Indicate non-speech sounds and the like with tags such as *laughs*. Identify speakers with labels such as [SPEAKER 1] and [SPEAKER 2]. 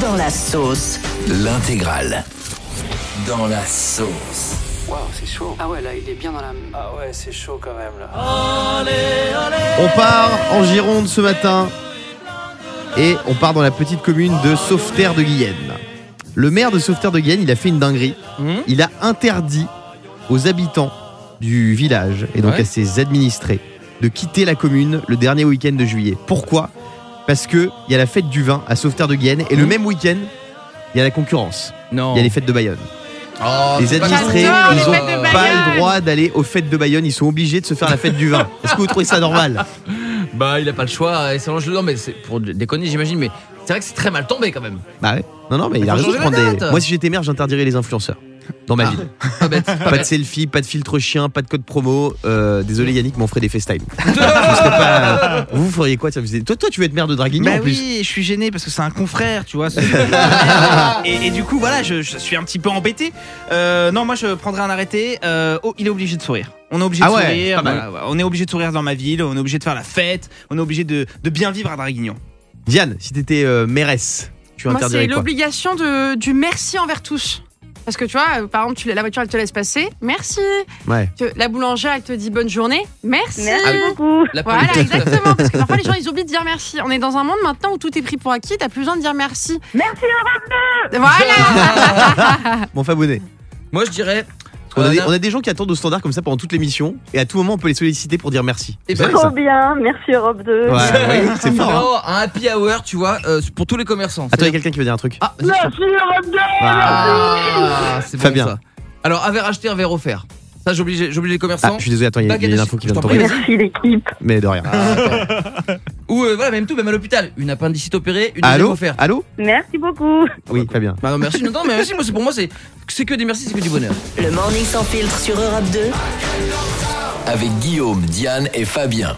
[SPEAKER 1] Dans la sauce.
[SPEAKER 2] L'intégrale. Dans la sauce.
[SPEAKER 3] Waouh, c'est chaud. Ah ouais, là, il est bien dans la. Ah ouais, c'est chaud quand même, là.
[SPEAKER 4] On part en Gironde ce matin et on part dans la petite commune de Sauveterre de Guyenne. Le maire de Sauveterre de Guyenne, il a fait une dinguerie.
[SPEAKER 5] Mhm.
[SPEAKER 4] Il a interdit aux habitants du village et donc
[SPEAKER 5] Ouais.
[SPEAKER 4] à ses administrés de quitter la commune le dernier week-end de juillet. Pourquoi Parce que il y a la fête du vin à Sauveterre de Guyenne et le
[SPEAKER 5] Mhm.
[SPEAKER 4] même week-end, il y a la concurrence.
[SPEAKER 5] Non.
[SPEAKER 4] Il y a les fêtes de Bayonne.
[SPEAKER 5] Oh,
[SPEAKER 4] les
[SPEAKER 5] c'est pas
[SPEAKER 4] administrés,
[SPEAKER 5] cool.
[SPEAKER 6] J'adore les
[SPEAKER 4] ils ont
[SPEAKER 6] fêtes de
[SPEAKER 5] Bah,
[SPEAKER 4] pas
[SPEAKER 6] Bayonne.
[SPEAKER 4] le droit d'aller aux fêtes de Bayonne. Ils sont obligés de se faire la fête du vin. Est-ce que vous trouvez ça normal
[SPEAKER 5] Bah, il a pas le choix. Et c'est l'ange- non, mais c'est pour déconner, j'imagine. Mais c'est vrai que c'est très mal tombé quand même.
[SPEAKER 4] Bah ouais. Non, non, mais il
[SPEAKER 5] faut
[SPEAKER 4] a raison de
[SPEAKER 5] changer la
[SPEAKER 4] prendre des.
[SPEAKER 5] date.
[SPEAKER 4] Moi, si j'étais maire, j'interdirais les influenceurs. Dans ma
[SPEAKER 5] Ah.
[SPEAKER 4] ville.
[SPEAKER 5] Pas bête. Pas
[SPEAKER 4] Pas de
[SPEAKER 5] bête.
[SPEAKER 4] selfie, pas de filtre chien, pas de code promo. Euh, désolé Yannick, mais on ferait
[SPEAKER 5] *laughs*
[SPEAKER 4] des FaceTime. Je serais pas- euh, Vous feriez quoi tiens, vous- Toi, toi, tu veux être maire de Draguignan
[SPEAKER 6] Bah
[SPEAKER 4] en plus.
[SPEAKER 6] oui, je suis gêné parce que c'est un confrère,
[SPEAKER 4] *laughs*
[SPEAKER 6] tu vois. ce- et, et du coup, voilà, je, je suis un petit peu embêté. Euh, non, moi, je prendrai un arrêté. Euh, oh, il est obligé de sourire. On est obligé
[SPEAKER 4] Ah
[SPEAKER 6] de
[SPEAKER 4] ouais,
[SPEAKER 6] sourire.
[SPEAKER 4] pas mal.
[SPEAKER 6] voilà, voilà. on est obligé de sourire dans ma ville. On est obligé de faire la fête. On est obligé de, de bien vivre à Draguignan.
[SPEAKER 4] Diane, si t'étais euh, mairesse, tu
[SPEAKER 7] Moi, c'est
[SPEAKER 4] interdirais quoi
[SPEAKER 7] l'obligation de- du merci envers tous. Parce que tu vois, euh, par exemple, tu, la voiture, elle te laisse passer. Merci.
[SPEAKER 4] Ouais.
[SPEAKER 7] Tu- La boulangère, elle te dit bonne journée. Merci.
[SPEAKER 5] oui.
[SPEAKER 8] Merci beaucoup.
[SPEAKER 5] La
[SPEAKER 7] Voilà,
[SPEAKER 5] politesse.
[SPEAKER 7] exactement. Parce que parfois, les gens, ils oublient de dire merci. On est dans un monde maintenant où tout est pris pour acquis. T'as plus besoin de dire merci.
[SPEAKER 8] Merci
[SPEAKER 7] Voilà.
[SPEAKER 5] Ah.
[SPEAKER 4] Mon fabonné.
[SPEAKER 5] Moi, je dirais.
[SPEAKER 4] On, a
[SPEAKER 5] euh,
[SPEAKER 4] des-
[SPEAKER 5] na-
[SPEAKER 4] on a des gens qui attendent au standard comme ça pendant toute l'émission et à tout moment on peut les solliciter pour dire merci.
[SPEAKER 5] Eh
[SPEAKER 4] Vous
[SPEAKER 5] ben,
[SPEAKER 4] savez
[SPEAKER 8] Trop
[SPEAKER 4] ça
[SPEAKER 8] bien. Merci Europe 2.
[SPEAKER 4] Ouais, ouais, c'est fort. hein.
[SPEAKER 5] non, un happy hour, tu vois, euh, pour tous les commerçants.
[SPEAKER 4] Attends, il y a
[SPEAKER 5] C'est-
[SPEAKER 4] quelqu'un qui veut dire un truc.
[SPEAKER 5] Ah, vas-y.
[SPEAKER 8] Merci Europe 2.
[SPEAKER 5] Ah, c'est bon,
[SPEAKER 4] Fabien.
[SPEAKER 5] ça. Alors, un verre acheté, un verre offert. Ça, j'oblige j'oblige les
[SPEAKER 4] Ah,
[SPEAKER 5] commerçants.
[SPEAKER 4] je suis désolé, attends, il y a, il y a une
[SPEAKER 5] Baguette
[SPEAKER 4] info qui vient de
[SPEAKER 5] je t'en prie,
[SPEAKER 4] tomber.
[SPEAKER 8] Merci l'équipe.
[SPEAKER 4] Mais de rien.
[SPEAKER 5] Ou euh, voilà, même tout, même à l'hôpital. Une appendicite opérée, une deuxième
[SPEAKER 4] Allô
[SPEAKER 5] offerte.
[SPEAKER 4] Allô
[SPEAKER 8] Merci beaucoup.
[SPEAKER 4] Oui, Fabien.
[SPEAKER 5] Bah non, merci, non, non, mais merci, moi, c'est- pour moi, c'est c'est que des merci, c'est que du bonheur.
[SPEAKER 1] Le morning sans filtre sur Europe 2.
[SPEAKER 2] Avec Guillaume, Diane et Fabien.